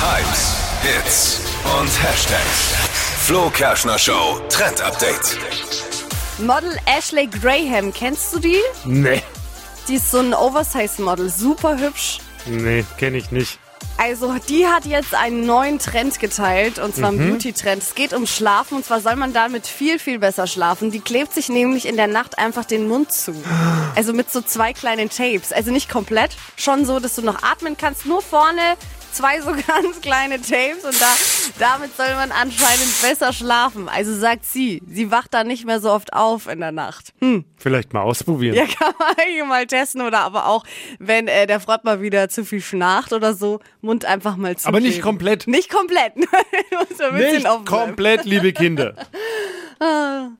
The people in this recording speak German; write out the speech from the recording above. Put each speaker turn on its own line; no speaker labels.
Hypes, Hits und Hashtags. Flo Kerschner Show Trend Update.
Model Ashley Graham, kennst du die?
Nee,
Die ist so ein Oversize-Model, super hübsch.
nee, kenne ich nicht.
Also die hat jetzt einen neuen Trend geteilt und zwar einen Beauty-Trend. Es geht um Schlafen und zwar soll man damit viel, viel besser schlafen. Die klebt sich nämlich in der Nacht einfach den Mund zu. Also mit so zwei kleinen Tapes. Also nicht komplett, schon so, dass du noch atmen kannst. Nur vorne zwei so ganz kleine Tapes und da, damit soll man anscheinend besser schlafen. Also sagt sie, sie wacht da nicht mehr so oft auf in der Nacht.
Vielleicht mal ausprobieren.
Ja, kann man eigentlich mal testen oder aber auch, wenn äh, der Freund mal wieder zu viel schnarcht oder so, Mund einfach mal zu.
Aber nicht komplett.
Nicht komplett. Muss ein bisschen
Nicht
aufbleiben.
komplett, liebe Kinder.